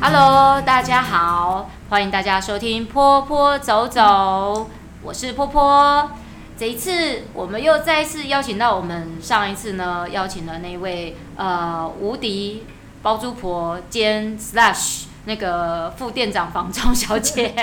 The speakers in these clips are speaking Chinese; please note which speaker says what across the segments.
Speaker 1: Hello，大家好，欢迎大家收听坡坡走走，我是坡坡。这一次我们又再一次邀请到我们上一次呢邀请的那位呃无敌包租婆兼 slash 那个副店长房中小姐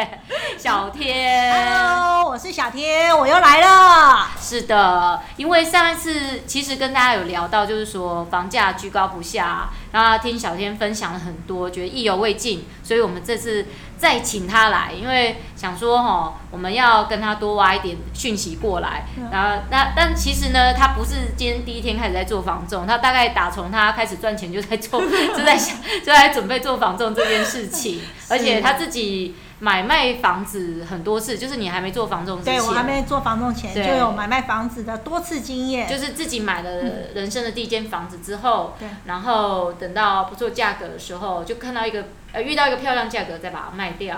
Speaker 1: 小天。
Speaker 2: Hello，我是小天，我又来了。
Speaker 1: 是的，因为上一次其实跟大家有聊到，就是说房价居高不下，然后听小天分享了很多，觉得意犹未尽，所以我们这次再请他来，因为想说哈，我们要跟他多挖一点讯息过来。
Speaker 2: 嗯
Speaker 1: 然后那但其实呢，他不是今天第一天开始在做房仲，他大概打从他开始赚钱就在 做，就在想就在准备做房仲这件事情，而且他自己。买卖房子很多次，就是你还没做房仲之前，
Speaker 2: 对我还没做房仲前
Speaker 1: 对
Speaker 2: 就有买卖房子的多次经验，
Speaker 1: 就是自己买了人生的第一间房子之后，
Speaker 2: 嗯对
Speaker 1: 然后等到不错价格的时候，就看到一个呃遇到一个漂亮价格，再把它卖
Speaker 2: 啊
Speaker 1: 掉。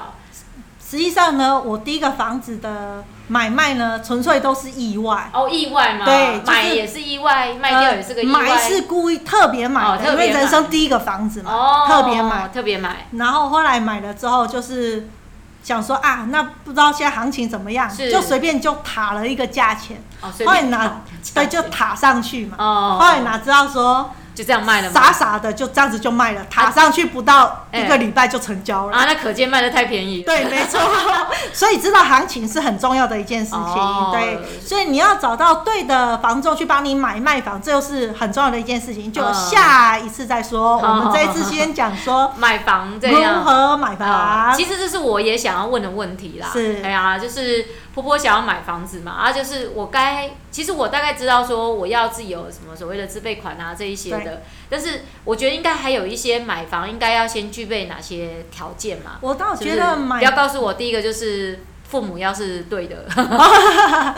Speaker 2: 实际上呢，我第一个房子的买卖呢，纯粹都是意外。
Speaker 1: 哦，意外嘛，
Speaker 2: 对就是呃
Speaker 1: 买也是意外，卖掉也是个意外。
Speaker 2: 买是故意特别买
Speaker 1: 哦
Speaker 2: 的，
Speaker 1: 特别
Speaker 2: 因
Speaker 1: 买
Speaker 2: 为人生第一个房子嘛，
Speaker 1: 哦，
Speaker 2: 特别买。
Speaker 1: 特别买，
Speaker 2: 然后后来买了之后，就是想说啊，那不知道现在行情怎么样，
Speaker 1: 是
Speaker 2: 就随便就塔了一个价钱，
Speaker 1: 哦，所以
Speaker 2: 后来 拿对就塔上去嘛。
Speaker 1: 哦，
Speaker 2: 后来哪知道说
Speaker 1: 就这样卖了嘛。
Speaker 2: 傻傻的就这样子就卖了，塔上去不到一个礼拜就成交了。
Speaker 1: 啊，那可见卖的太便宜了。
Speaker 2: 对，没错，所以知道行情是很重要的一件事情。
Speaker 1: 哦
Speaker 2: 对，所以你要找到对的房仲去帮你买卖房，这又是很重要的一件事情。就
Speaker 1: 嗯
Speaker 2: 下一次再说，
Speaker 1: 好
Speaker 2: 我们这一次先讲说
Speaker 1: 买房这
Speaker 2: 如
Speaker 1: 样。
Speaker 2: 何买
Speaker 1: 啊，
Speaker 2: 房
Speaker 1: 其。实这是我也想要问的问题啦。
Speaker 2: 是
Speaker 1: 哎呀，就是婆婆想要买房子嘛，啊，就是我该，其实我大概知道说我要自己有什么所谓的自备款啊这一些的，但是我觉得应该还有一些买房应该要先具备哪些条件嘛？
Speaker 2: 我倒
Speaker 1: 就是
Speaker 2: 觉
Speaker 1: 不要
Speaker 2: 得买
Speaker 1: 告诉我第一个就是父母要是对的，要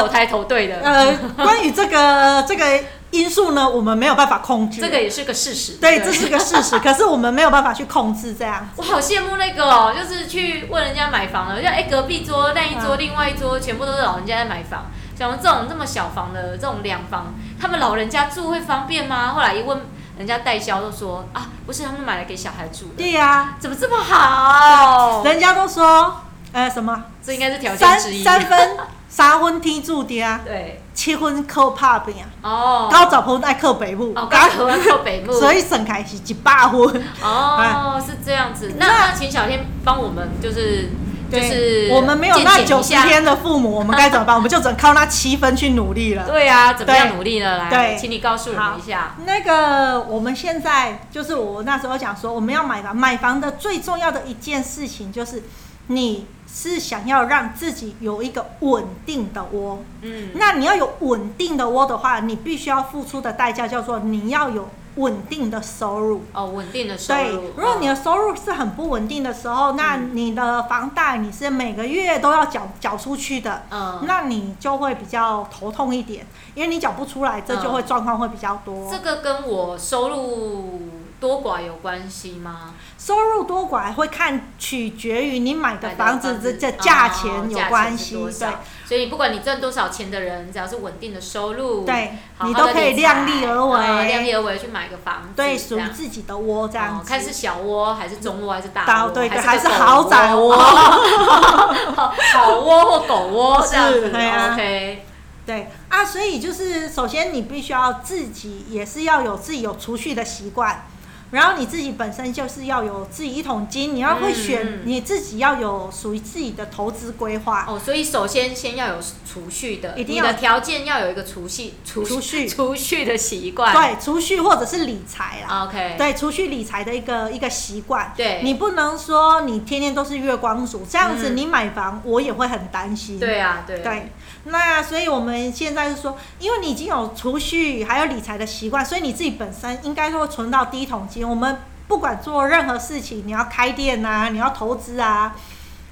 Speaker 1: 投胎投对的，
Speaker 2: 呃，关于这个呃这个因素呢，我们没有办法控制。
Speaker 1: 这个也是个事实。
Speaker 2: 对，这是个事实，可是我们没有办法去控制这样。
Speaker 1: 我好羡慕那个哦，就是去问人家买房了，就哎、隔壁桌那一
Speaker 2: 嗯
Speaker 1: 桌、另外一桌全部都是老人家在买房，想说这种这么小房的这种两房，他们老人家住会方便吗？后来一问人家代销都说啊，不是他们买来给小孩住的，
Speaker 2: 对呀、
Speaker 1: 怎么这么好？
Speaker 2: 人家都说，呃，什么
Speaker 1: 这应该是条件
Speaker 2: 三
Speaker 1: 哦之一。
Speaker 2: 三分三分天注定啊，
Speaker 1: 对，
Speaker 2: 七分靠打拼啊，
Speaker 1: 哦，
Speaker 2: 九十分爱靠北母，
Speaker 1: 哦，刚台湾靠北部，
Speaker 2: 所以哎省开是一百分。
Speaker 1: 哦是这样子。那那请小天帮我们就是 就
Speaker 2: 对
Speaker 1: 是
Speaker 2: 我们没有那
Speaker 1: 鉴定
Speaker 2: 九
Speaker 1: 一
Speaker 2: 十
Speaker 1: 下
Speaker 2: 天的父母，我们该怎么办？我们就只能靠那七分去努力了。
Speaker 1: 对啊，怎么样
Speaker 2: 对
Speaker 1: 努力呢？来，
Speaker 2: 对
Speaker 1: 请你告诉我
Speaker 2: 好
Speaker 1: 们一下。
Speaker 2: 那个，我们现在就是我那时候讲说，我们要买房，买房的最重要的一件事情就是，你是想要让自己有一个稳定的窝，
Speaker 1: 嗯，
Speaker 2: 那你要有稳定的窝的话，你必须要付出的代价叫做你要有稳定的收入。
Speaker 1: 哦，稳定的收
Speaker 2: 对
Speaker 1: 入。，嗯
Speaker 2: 如果你
Speaker 1: 哦
Speaker 2: 的收入是很不稳定的时候，那你的房贷你是每个月都要缴缴出去的，
Speaker 1: 嗯，
Speaker 2: 那你就会比较头痛一点，因为你缴不出来，这就会状况会比较
Speaker 1: 嗯
Speaker 2: 多
Speaker 1: 这。个跟我收入多寡有关系吗？
Speaker 2: 收入多寡会看取决于你买的房子这这
Speaker 1: 哦
Speaker 2: 价钱有
Speaker 1: 价
Speaker 2: 关
Speaker 1: 是
Speaker 2: 系，
Speaker 1: 多
Speaker 2: 对
Speaker 1: 少所以不管你赚多少钱的人，只要是稳定的收入，
Speaker 2: 对，
Speaker 1: 好
Speaker 2: 你
Speaker 1: 好地
Speaker 2: 都可以
Speaker 1: 理财
Speaker 2: 量力而
Speaker 1: 呃量
Speaker 2: 为，
Speaker 1: 力而为去买个房子，
Speaker 2: 对，
Speaker 1: 这
Speaker 2: 属于
Speaker 1: 样
Speaker 2: 自己的窝这样
Speaker 1: 哦
Speaker 2: 子。
Speaker 1: 看是小窝还是中窝还是大
Speaker 2: 到
Speaker 1: 窝，
Speaker 2: 对对，
Speaker 1: 还
Speaker 2: 还
Speaker 1: 是
Speaker 2: 是哦
Speaker 1: 个狗哦
Speaker 2: 豪宅
Speaker 1: 窝，
Speaker 2: 窝，
Speaker 1: 好窝或狗窝这样子
Speaker 2: 是对啊
Speaker 1: ，OK，
Speaker 2: 对啊，所以就是首先你必须要自己也是要有自己有储蓄的习惯，然后你自己本身就是要有自己一桶金，你要会
Speaker 1: 嗯嗯
Speaker 2: 选你自己要有属于自己的投资规划，
Speaker 1: 哦，所以首先先要有储蓄的，
Speaker 2: 啊一定
Speaker 1: 你
Speaker 2: 要
Speaker 1: 的条件要有一个储蓄储
Speaker 2: 储 蓄
Speaker 1: 储蓄的习惯，
Speaker 2: 对，储蓄或者是理财啦。
Speaker 1: ，OK，
Speaker 2: 对，储蓄理财的一个一个习惯，
Speaker 1: 哦对
Speaker 2: 你不能说你天天都是月光族，这样子
Speaker 1: 嗯
Speaker 2: 你买房我也会很担心。
Speaker 1: 对啊，对
Speaker 2: 对，那所以我们现在是说，因为你已经有储蓄还有理财的习惯，所以你自己本身应该都会存到第一桶金。我们不管做任何事情，你要开店啊，你要投资啊，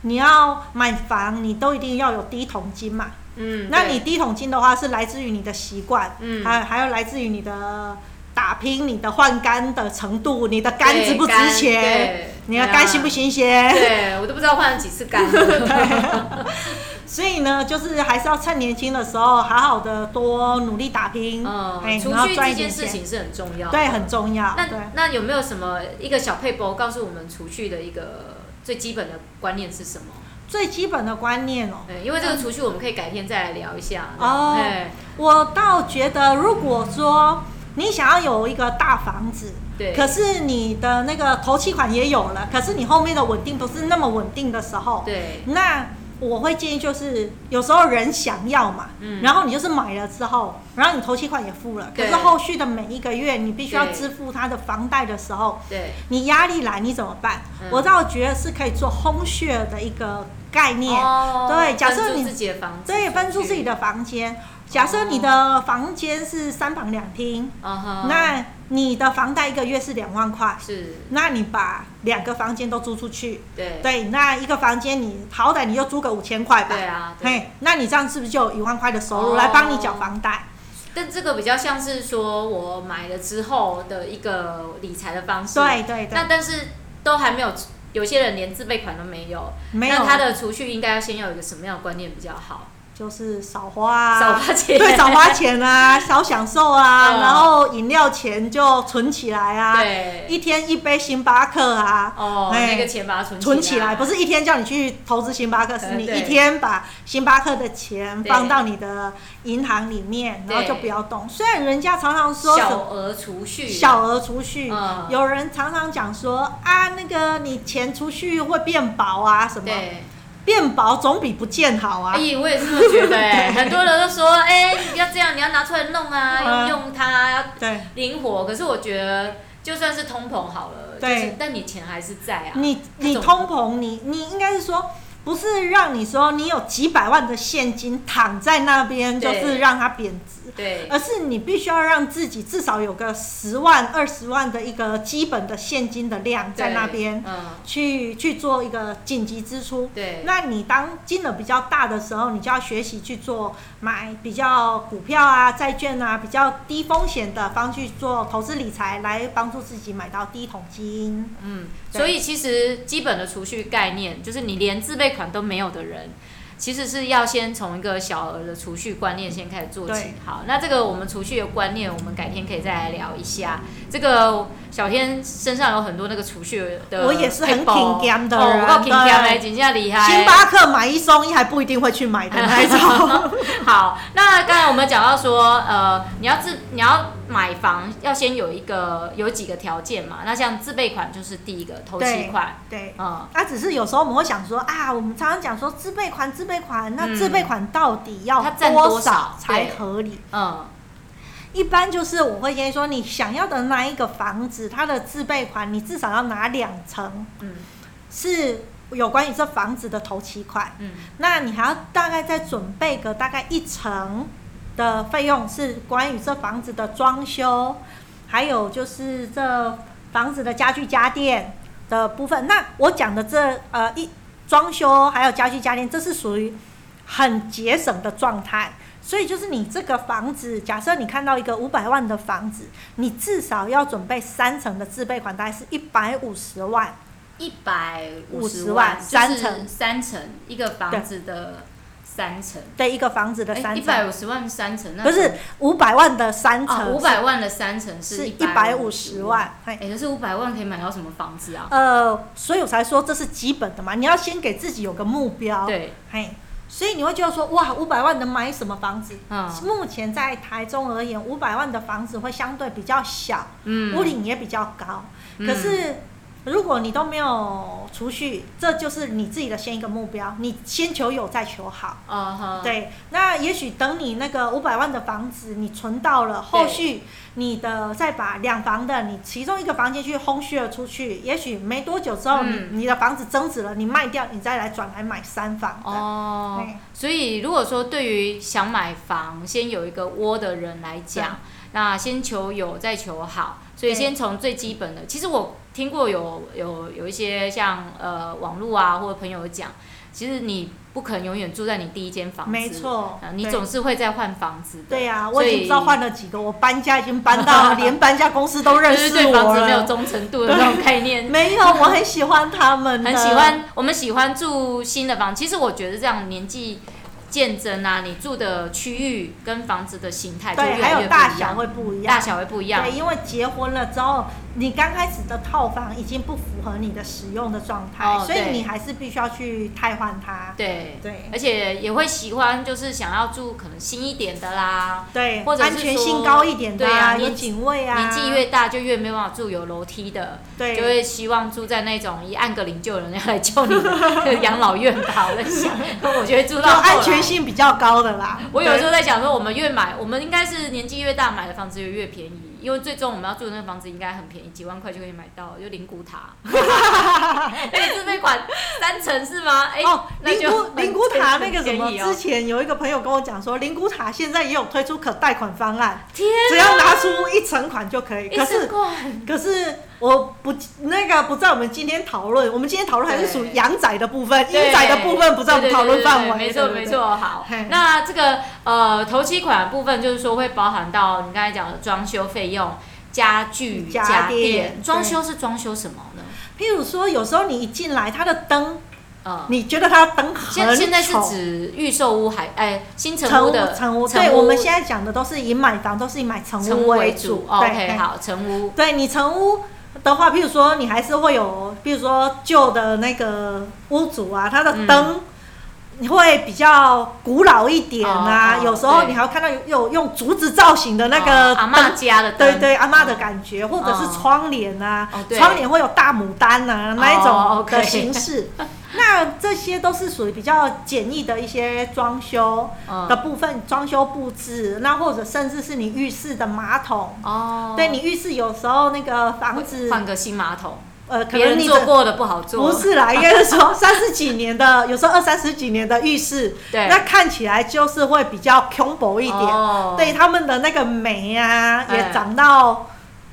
Speaker 2: 你要买房，你都一定要有第一桶金嘛。
Speaker 1: 嗯，
Speaker 2: 那
Speaker 1: 对
Speaker 2: 你第一桶金的话是来自于你的习惯，
Speaker 1: 嗯
Speaker 2: 还还有来自于你的打拼、你的换肝的程度、你的肝
Speaker 1: 对
Speaker 2: 值不值
Speaker 1: 肝
Speaker 2: 钱，
Speaker 1: 对
Speaker 2: 你的
Speaker 1: 对啊
Speaker 2: 肝新不新鲜。
Speaker 1: 对我都不知道换了几次肝了，
Speaker 2: 对，所以呢，就是还是要趁年轻的时候，好好的多努力打拼，
Speaker 1: 嗯
Speaker 2: 哎，
Speaker 1: 储
Speaker 2: 然后
Speaker 1: 蓄
Speaker 2: 赚
Speaker 1: 这
Speaker 2: 一点
Speaker 1: 件事
Speaker 2: 钱
Speaker 1: 情是很重要的，
Speaker 2: 对，很重要。对，
Speaker 1: 那那有没有什么一个小配博告诉我们储蓄的一个最基本的观念是什么？哎
Speaker 2: 最基本的观念哦、
Speaker 1: 对，因为这个储蓄我们可以改天再来聊一下。
Speaker 2: 哦
Speaker 1: 哎
Speaker 2: 我倒觉得，如果说你想要有一个大房子，
Speaker 1: 对，
Speaker 2: 可是你的那个头期款也有了，可是你后面的稳定不是那么稳定的时候，
Speaker 1: 对，
Speaker 2: 那我会建议就是有时候人想要嘛，
Speaker 1: 嗯
Speaker 2: 然后你就是买了之后，然后你头期款也付了，可
Speaker 1: 对
Speaker 2: 是后续的每一个月你必须要
Speaker 1: 对
Speaker 2: 支付他的房贷的时候，
Speaker 1: 对，
Speaker 2: 你压力来你怎么办？
Speaker 1: 嗯
Speaker 2: 我倒觉得是可以做烘血的一个概念。
Speaker 1: 哦
Speaker 2: 对假设
Speaker 1: 分租
Speaker 2: 你
Speaker 1: 自己的房子，
Speaker 2: 对，分出自己，的房间。假设你的房间是三房两厅，
Speaker 1: 嗯哼，
Speaker 2: 那你的房贷一个月是两万块，
Speaker 1: 是，
Speaker 2: 那你把两个房间都租出去，
Speaker 1: 对，
Speaker 2: 对，那一个房间你好歹你就租个五千块吧，
Speaker 1: 对啊，对
Speaker 2: 嘿，那你这样是不是就有一万块的收入
Speaker 1: 哦
Speaker 2: 来帮你缴房贷？
Speaker 1: 但这个比较像是说我买了之后的一个理财的方式。
Speaker 2: 对对对
Speaker 1: 那，但是都还没有，有些人连自备款都没有。
Speaker 2: 没有
Speaker 1: 那他的储蓄应该要先要有一个什么样的观念比较好？
Speaker 2: 就是少花啊，
Speaker 1: 少花钱。
Speaker 2: 对，少花 钱啊，少享受啊，
Speaker 1: 嗯
Speaker 2: 然后饮料钱就存起来啊，
Speaker 1: 对。
Speaker 2: 一天一杯星巴克啊，
Speaker 1: 哦，
Speaker 2: 哎
Speaker 1: 那个钱把它存
Speaker 2: 存起来，
Speaker 1: 来，
Speaker 2: 不是一天叫你去投资星巴克，是你
Speaker 1: 对
Speaker 2: 一天把星巴克的钱
Speaker 1: 对
Speaker 2: 放到你的银行里面，然后
Speaker 1: 对
Speaker 2: 就不要动。虽然人家常常说什么
Speaker 1: 小额储蓄。
Speaker 2: 小额储蓄，
Speaker 1: 嗯
Speaker 2: 有人常常讲说啊，那个你钱储蓄会变薄啊，什么
Speaker 1: 对，
Speaker 2: 变薄总比不见好啊
Speaker 1: 哎、。我也是这么 觉得、哎很多人都说，哎、你要这样，你要拿出来弄啊，用
Speaker 2: 嗯
Speaker 1: 用它，要
Speaker 2: 对，
Speaker 1: 灵活。可是我觉得，就算是通膨好了，
Speaker 2: 对
Speaker 1: 就是，但你钱还是在啊。
Speaker 2: 你你
Speaker 1: 总
Speaker 2: 通膨，你你应该是说。不是让你说你有几百万的现金躺在那边，就
Speaker 1: 对
Speaker 2: 是让它贬值。
Speaker 1: 对，
Speaker 2: 而是你必须要让自己至少有个十万、二十万的一个基本的现金的量在那边，
Speaker 1: 嗯，
Speaker 2: 去去做一个紧急支出。
Speaker 1: 对，
Speaker 2: 那你当金额比较大的时候，你就要学习去做买比较股票啊、债券啊比较低风险的方去做投资理财，来帮助自己买到第一桶金。
Speaker 1: 嗯，
Speaker 2: 对
Speaker 1: 所以其实基本的储蓄概念，就是你连自备款都没有的人，其实是要先从一个小额的储蓄观念先开始做起
Speaker 2: 对。
Speaker 1: 好，那这个我们储蓄的观念，我们改天可以再来聊一下。这个小天身上有很多那个储蓄的 paper 哦，
Speaker 2: 我也是很勤俭的
Speaker 1: 哦，
Speaker 2: 人
Speaker 1: 我够挺干的，
Speaker 2: 对
Speaker 1: 真正厉害。
Speaker 2: 星巴克买一送一还不一定会去买的那一种。
Speaker 1: 好，那刚才我们讲到说，呃，你要自你要买房，要先有一个有几个条件嘛。那像自备款就是第一个，头期
Speaker 2: 对
Speaker 1: 款，
Speaker 2: 对，
Speaker 1: 嗯，
Speaker 2: 那、啊只是有时候我们会想说啊，我们常常讲说自备款，自备款，那
Speaker 1: 嗯
Speaker 2: 自备款到底要
Speaker 1: 它占多
Speaker 2: 少
Speaker 1: 少
Speaker 2: 才
Speaker 1: 对
Speaker 2: 合理？
Speaker 1: 嗯，
Speaker 2: 一般就是我会建议说，你想要的那一个房子，它的自备款你至少要拿两成，
Speaker 1: 嗯，
Speaker 2: 是有关于这房子的头期款。
Speaker 1: 嗯，
Speaker 2: 那你还要大概再准备个大概一成的费用，是关于这房子的装修，还有就是这房子的家具家电的部分。那我讲的这呃一装修还有家具家电，这是属于很节省的状态。所以就是你这个房子，假设你看到一个五百万的房子，你至少要准备三成的自备款，大概是一百五十万。
Speaker 1: 一百五十
Speaker 2: 50
Speaker 1: 万，
Speaker 2: 万
Speaker 1: 就是
Speaker 2: 三层
Speaker 1: 三层一个房子的三层，
Speaker 2: 对一个房子的三
Speaker 1: 哎一
Speaker 2: 层，
Speaker 1: 百五十万三层，那
Speaker 2: 不是五百万的三
Speaker 1: 啊，
Speaker 2: 层，
Speaker 1: 五百万的三层
Speaker 2: 是一
Speaker 1: 一
Speaker 2: 百五
Speaker 1: 五
Speaker 2: 十，万。嘿
Speaker 1: 哎，可是五百万可以买到什么房子啊？
Speaker 2: 呃，所以我才说这是基本的嘛，你要先给自己有个目标。，
Speaker 1: 对，
Speaker 2: 嘿，所以你会觉得说，哇，五百万能买什么房子？
Speaker 1: 嗯
Speaker 2: 目前在台中而言，五百万的房子会相对比较小，
Speaker 1: 嗯，
Speaker 2: 屋龄也比较高。
Speaker 1: 嗯
Speaker 2: 可是如果你都没有储蓄，这就是你自己的先一个目标，你先求有再求好。
Speaker 1: 哦哈，
Speaker 2: 对，那也许等你那个五百万的房子你存到了，后续你的再把两房的你其中一个房间去轰虚了出去，也许没多久之后你、
Speaker 1: 嗯
Speaker 2: 你的房子增值了，你卖掉，你再来转来买三房的。
Speaker 1: 哦
Speaker 2: 对，
Speaker 1: 所以如果说对于想买房先有一个窝的人来讲，那先求有再求好，所以
Speaker 2: 对
Speaker 1: 先从最基本的。其实我听过有有有一些像呃网络啊或者朋友讲，其实你不可能永远住在你第一间房子，
Speaker 2: 没错
Speaker 1: 啊，你
Speaker 2: 对
Speaker 1: 总是会再换房子的。
Speaker 2: 对呀、
Speaker 1: 所
Speaker 2: 我已经
Speaker 1: 以
Speaker 2: 不知道换了几个，我搬家已经搬到连搬家公司都认
Speaker 1: 就是
Speaker 2: 识
Speaker 1: 对
Speaker 2: 我
Speaker 1: 房子没有
Speaker 2: 了。
Speaker 1: 忠诚度的那种概 念。
Speaker 2: 没有，我很喜欢他们，
Speaker 1: 很喜。欢，我们喜欢住新的房。其实我觉得这样年纪见证啊，你住的区域跟房子的形哎态就
Speaker 2: 对，
Speaker 1: 越
Speaker 2: 还
Speaker 1: 来
Speaker 2: 有
Speaker 1: 越
Speaker 2: 大
Speaker 1: 不一
Speaker 2: 小
Speaker 1: 样，
Speaker 2: 会不一样
Speaker 1: 大。小会不一样
Speaker 2: 对，。因为结婚了之后，你刚开始的套房已经不符合你的使用的状态，
Speaker 1: 哦
Speaker 2: 所以
Speaker 1: 对
Speaker 2: 你还是必须要去汰换它。
Speaker 1: 对，
Speaker 2: 对
Speaker 1: 而且也会喜欢，就是想要住可能新一点的啦。
Speaker 2: 对，
Speaker 1: 或者是
Speaker 2: 安全性
Speaker 1: 说
Speaker 2: 高一点的、
Speaker 1: 对啊
Speaker 2: 有
Speaker 1: 年纪
Speaker 2: 警卫啊，
Speaker 1: 年纪越大就越没办法住有楼梯的，
Speaker 2: 对，
Speaker 1: 就会希望住在那种一按个铃就有人要来救你 的养老院吧。我在想，我觉得住
Speaker 2: 有
Speaker 1: 到后来
Speaker 2: 安全性比较高的啦。
Speaker 1: 我有时
Speaker 2: 对哦
Speaker 1: 候在想说，我们越买，我们应该是年纪越大买的房子就越便宜，因为最终我们要住的那个房子应该很便宜，几万块就可以买到，就灵谷 塔，那个自备款三成是吗？哎、
Speaker 2: 哦，
Speaker 1: 那
Speaker 2: 灵
Speaker 1: 就
Speaker 2: 谷灵谷塔那个什么，
Speaker 1: 很便宜哦
Speaker 2: 之前有一个朋友跟我讲说，灵谷塔现在也有推出可贷款方案，
Speaker 1: 天啊
Speaker 2: 只要拿出一成款就可以。
Speaker 1: 一
Speaker 2: 可
Speaker 1: 十
Speaker 2: 是
Speaker 1: 块，
Speaker 2: 可是我不那个不在我们今天讨论，我们今天讨论还是属于
Speaker 1: 对
Speaker 2: 阳宅的部分，
Speaker 1: 对
Speaker 2: 阴宅的部分不在我们讨论范
Speaker 1: 对对对对
Speaker 2: 围。
Speaker 1: 没
Speaker 2: 对不
Speaker 1: 错没
Speaker 2: 对。
Speaker 1: 错，好
Speaker 2: 嘿。
Speaker 1: 那这个呃头期款的部分，就是说会包含到你刚才讲的装修费用、家具、
Speaker 2: 家
Speaker 1: 家
Speaker 2: 电
Speaker 1: 电。装
Speaker 2: 对
Speaker 1: 修是装修什么呢？
Speaker 2: 譬如说，有时候你一进来，它的灯，
Speaker 1: 呃，
Speaker 2: 你觉得它的灯很
Speaker 1: 现
Speaker 2: 丑。
Speaker 1: 现在是指预售屋还哎新
Speaker 2: 成
Speaker 1: 城屋的
Speaker 2: 成屋，
Speaker 1: 成
Speaker 2: 对，我们现在讲的都是以买房都是以买成
Speaker 1: 成屋
Speaker 2: 屋为
Speaker 1: 主。哦
Speaker 2: 对
Speaker 1: OK，
Speaker 2: 嘿
Speaker 1: 好，成屋
Speaker 2: 对你成屋的话，譬如说你还是会有，譬如说旧的那个屋主啊，它的
Speaker 1: 嗯
Speaker 2: 灯会比较古老一点啊，
Speaker 1: 哦哦
Speaker 2: 有时候
Speaker 1: 对
Speaker 2: 你还会看到有有用竹子造型的那个
Speaker 1: 哦阿
Speaker 2: 灯，
Speaker 1: 嬷家的
Speaker 2: 对
Speaker 1: 灯
Speaker 2: 对阿妈的感觉，或者是窗帘啊，
Speaker 1: 哦对
Speaker 2: 窗帘会有大牡丹
Speaker 1: 哦
Speaker 2: 啊那一种
Speaker 1: OK
Speaker 2: 的 形式。那这些都是属于比较简易的一些装修
Speaker 1: 嗯
Speaker 2: 的部分，装修布置，那或者甚至是你浴室的马桶，
Speaker 1: 哦，
Speaker 2: 对你浴室有时候那个房子，
Speaker 1: 换个新马桶，
Speaker 2: 呃，可
Speaker 1: 别
Speaker 2: 能
Speaker 1: 人
Speaker 2: 你
Speaker 1: 做
Speaker 2: 的
Speaker 1: 过的不好做，
Speaker 2: 不是啦，应该是说 三十几年的，有时候二三十几年的浴室，
Speaker 1: 对
Speaker 2: 那看起来就是会比较恐怖一点，
Speaker 1: 哦
Speaker 2: 对他们的那个眉啊，
Speaker 1: 哎
Speaker 2: 也长到。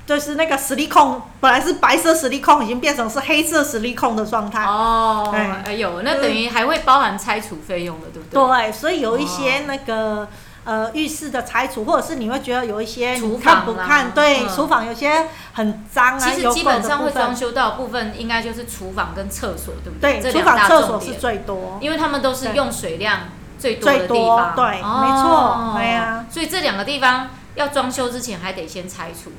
Speaker 2: 就是那个实力控，本来是白色实力控，已经变成是黑色实力控的状态。
Speaker 1: 哦
Speaker 2: 啊哎，
Speaker 1: 哎呦，那等于还会包含拆除费用的，对不对？
Speaker 2: 对，所以有一些那个、呃浴室的拆除，或者是你会觉得有一些
Speaker 1: 厨
Speaker 2: 你看
Speaker 1: 房
Speaker 2: 不
Speaker 1: 啊
Speaker 2: 看，对，
Speaker 1: 嗯
Speaker 2: 厨房有些很脏啊，
Speaker 1: 其实
Speaker 2: 有
Speaker 1: 基
Speaker 2: 狗
Speaker 1: 本
Speaker 2: 的
Speaker 1: 上
Speaker 2: 部
Speaker 1: 会
Speaker 2: 分
Speaker 1: 装修到的部分，应该就是厨房跟厕所，对不
Speaker 2: 对，
Speaker 1: 这
Speaker 2: 厨
Speaker 1: 两
Speaker 2: 房、
Speaker 1: 大
Speaker 2: 厕
Speaker 1: 重
Speaker 2: 所是
Speaker 1: 点，
Speaker 2: 最多。
Speaker 1: 因为他们都是
Speaker 2: 对
Speaker 1: 用水量最多
Speaker 2: 最
Speaker 1: 的地
Speaker 2: 多
Speaker 1: 方，哦
Speaker 2: 对没错对啊
Speaker 1: 所以这两个地方要装修之前，还得先拆除，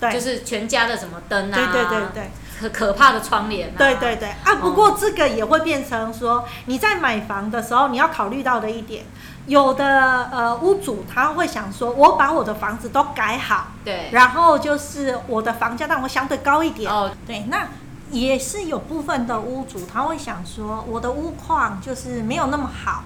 Speaker 2: 对，
Speaker 1: 就是全家的什么灯啊，
Speaker 2: 对对对对
Speaker 1: 可可怕的窗帘啊，
Speaker 2: 对对对啊！不过这个也会变成说，你在买房的时候，你要考虑到的一点，有的呃屋主他会想说，我把我的房子都改好，
Speaker 1: 对
Speaker 2: 然后就是我的房价当然会相对高一点。
Speaker 1: 哦，
Speaker 2: 对，那也是有部分的屋主他会想说，我的屋况就是没有那么好，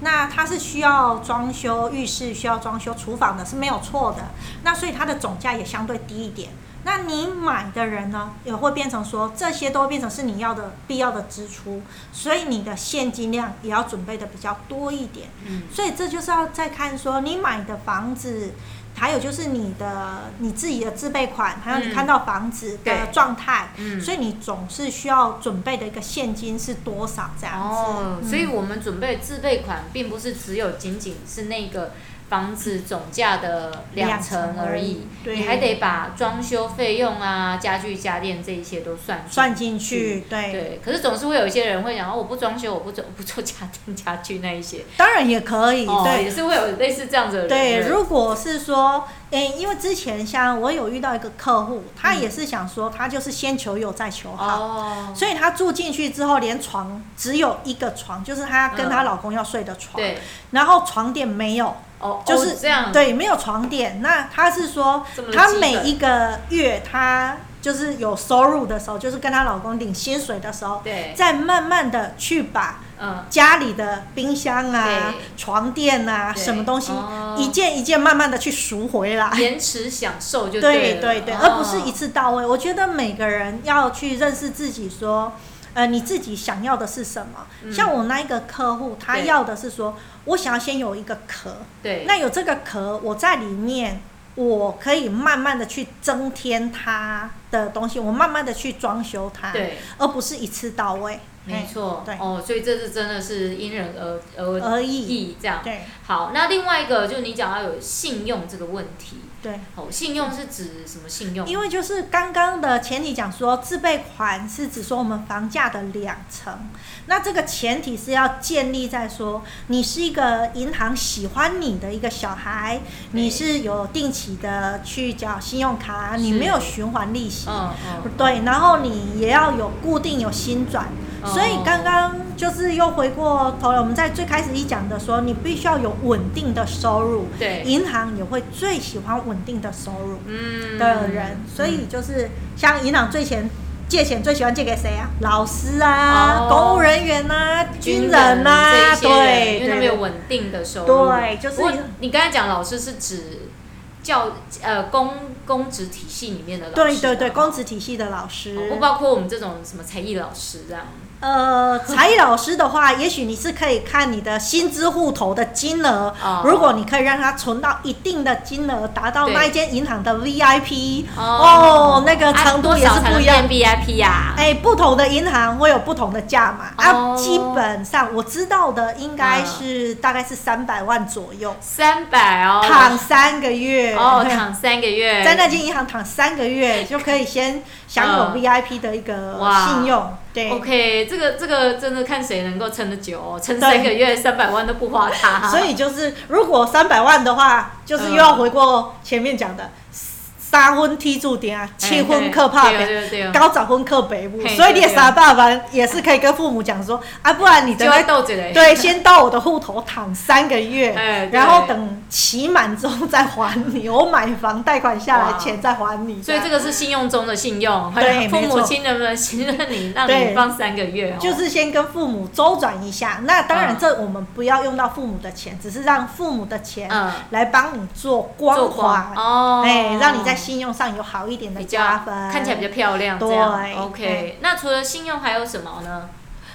Speaker 2: 那他是需要装修浴室、需要装修厨房的，是没有错的。那所以它的总价也相对低一点。那你买的人呢，也会变成说，这些都会变成是你要的必要的支出，所以你的现金量也要准备的比较多一点。
Speaker 1: 嗯，
Speaker 2: 所以这就是要再看说你买的房子，还有就是你的你自己的自备款，还有你
Speaker 1: 嗯
Speaker 2: 看到房子的
Speaker 1: 对
Speaker 2: 状态，
Speaker 1: 嗯
Speaker 2: 所以你总是需要准备的一个现金是多少这样子。嗯
Speaker 1: 哦，所以我们准备自备款，并不是只有仅仅是那个房子总价的两成而已，
Speaker 2: 对
Speaker 1: 你还得把装修费用啊、家具家电这一些都算进
Speaker 2: 算进去，对，
Speaker 1: 对，可是总是会有一些人会讲，哦，我不装修，我不做不做家电家具那一些，
Speaker 2: 当然也可以，
Speaker 1: 哦，
Speaker 2: 对
Speaker 1: 也是会有类似这样子的人。
Speaker 2: 对，如果是说，诶、因为之前像我有遇到一个客户，他也是想说，他就是先求有再求
Speaker 1: 嗯
Speaker 2: 好，
Speaker 1: 哦，
Speaker 2: 所以他住进去之后，连床只有一个床，就是她跟她
Speaker 1: 嗯
Speaker 2: 老公要睡的床，
Speaker 1: 对，
Speaker 2: 然后床垫没有，
Speaker 1: 哦，
Speaker 2: 就是
Speaker 1: 哦这样，
Speaker 2: 对，没有床垫。那他是说
Speaker 1: 这么，的
Speaker 2: 他
Speaker 1: 基
Speaker 2: 每
Speaker 1: 本
Speaker 2: 一个月他就是有收入的时候，就是跟她老公领薪水的时候，
Speaker 1: 对，
Speaker 2: 再慢慢的去把
Speaker 1: 嗯，
Speaker 2: 家里的冰箱啊
Speaker 1: 对、
Speaker 2: 床垫啊、
Speaker 1: 对
Speaker 2: 什么东西
Speaker 1: 哦，
Speaker 2: 一件一件慢慢的去赎回来。
Speaker 1: 延迟享受就
Speaker 2: 对
Speaker 1: 了
Speaker 2: 对对，
Speaker 1: 哦
Speaker 2: 而不是一次到位。我觉得每个人要去认识自己，说，呃，你自己想要的是什么。
Speaker 1: 嗯
Speaker 2: 像我那一个客户，他
Speaker 1: 对
Speaker 2: 要的是说，我想要先有一个壳，
Speaker 1: 哦对，
Speaker 2: 那有这个壳，我在里面，我可以慢慢的去增添它的东西，我慢慢的去装修它，
Speaker 1: 对，
Speaker 2: 而不是一次到位。
Speaker 1: 没错，
Speaker 2: 对
Speaker 1: 哦，所以这是真的是因人而而
Speaker 2: 而已。
Speaker 1: 异这样。
Speaker 2: 对
Speaker 1: 好，那另外一个就是你讲到有信用这个问题，
Speaker 2: 对，
Speaker 1: 哦，信用是指什么信用？
Speaker 2: 因为就是刚刚的前提讲说，自备款是指说我们房价的两成，那这个前提是要建立在说你是一个银行喜欢你的一个小孩，你是有定期的去缴信用卡，你
Speaker 1: 是
Speaker 2: 没有循环利息，
Speaker 1: 嗯嗯，
Speaker 2: 对，然后你也要有固定有薪转，
Speaker 1: 哦
Speaker 2: 所以刚刚就是又回过头来，我们在最开始一讲的说，你必须要有稳定的收入，
Speaker 1: 对，
Speaker 2: 银行也会最喜欢稳定的收入
Speaker 1: 嗯
Speaker 2: 的人，所以就是像银行最前借钱最喜欢借给谁啊？老师
Speaker 1: 哦
Speaker 2: 啊，公务人员啊，军人
Speaker 1: 这
Speaker 2: 啊，
Speaker 1: 一些嗯人
Speaker 2: 对，
Speaker 1: 因为他
Speaker 2: 对
Speaker 1: 们有
Speaker 2: 对
Speaker 1: 稳定的收入。
Speaker 2: 对就是
Speaker 1: 不过你刚才讲老师是指教呃公公职体系里面的老师，啊
Speaker 2: 对对对，公职体系的老师，
Speaker 1: 哦，不包括我们这种什么才艺老师这样。
Speaker 2: 呃，才艺老师的话，也许你是可以看你的薪资户头的金额。
Speaker 1: 哦
Speaker 2: 如果你可以让他存到一定的金额，达到
Speaker 1: 对
Speaker 2: 那一间银行的 VIP，哦那个
Speaker 1: 啊
Speaker 2: 程度也是不
Speaker 1: 多少
Speaker 2: 一样
Speaker 1: 才能变 VIP 呀、
Speaker 2: 哎、不同的银行会有不同的价码、
Speaker 1: 哦
Speaker 2: 啊。基本上我知道的应该是、大概是三百万左右，
Speaker 1: 三百哦，
Speaker 2: 躺三个月。
Speaker 1: 哦， 躺三个月，
Speaker 2: 在那间银行躺三个月，就可以先享有
Speaker 1: 嗯
Speaker 2: VIP 的一个
Speaker 1: 哇
Speaker 2: 信用。对
Speaker 1: OK，这个这个真的看谁能够撑得久、哦，撑三个月三百万都不花它，
Speaker 2: 所以就是，如果三百万的话，就是又要回过前面讲的，三婚踢住点啊，七婚克怕
Speaker 1: 哎对啊
Speaker 2: 北，
Speaker 1: 对对，
Speaker 2: 高早婚克北部
Speaker 1: 嘿，
Speaker 2: 所以你也
Speaker 1: 对对
Speaker 2: 傻爸爸也是可以跟父母讲说啊，不然你等
Speaker 1: 就会
Speaker 2: 那
Speaker 1: 斗嘴嘞，
Speaker 2: 对，先到我的户头躺三个月。
Speaker 1: 哎，对
Speaker 2: 然后。等期满之后再还你，我买房贷款下
Speaker 1: 哇
Speaker 2: 来钱再还你。
Speaker 1: 所以这
Speaker 2: 样
Speaker 1: 个是信用中的信用，
Speaker 2: 对
Speaker 1: 父母
Speaker 2: 没错
Speaker 1: 亲能不能信任你，让你
Speaker 2: 对
Speaker 1: 放三个月、哦？
Speaker 2: 就是先跟父母周转一下。那当
Speaker 1: 嗯
Speaker 2: 然，这我们不要用到父母的钱，只是让父母的钱
Speaker 1: 嗯，
Speaker 2: 来帮你
Speaker 1: 做
Speaker 2: 做
Speaker 1: 光
Speaker 2: 光滑，
Speaker 1: 哦，
Speaker 2: 哎、让你在信用上有好一点的
Speaker 1: 比
Speaker 2: 加
Speaker 1: 较
Speaker 2: 分，
Speaker 1: 看起来比较漂亮，
Speaker 2: 对
Speaker 1: 这样 OK
Speaker 2: 对。
Speaker 1: 那除了信用还有什么呢？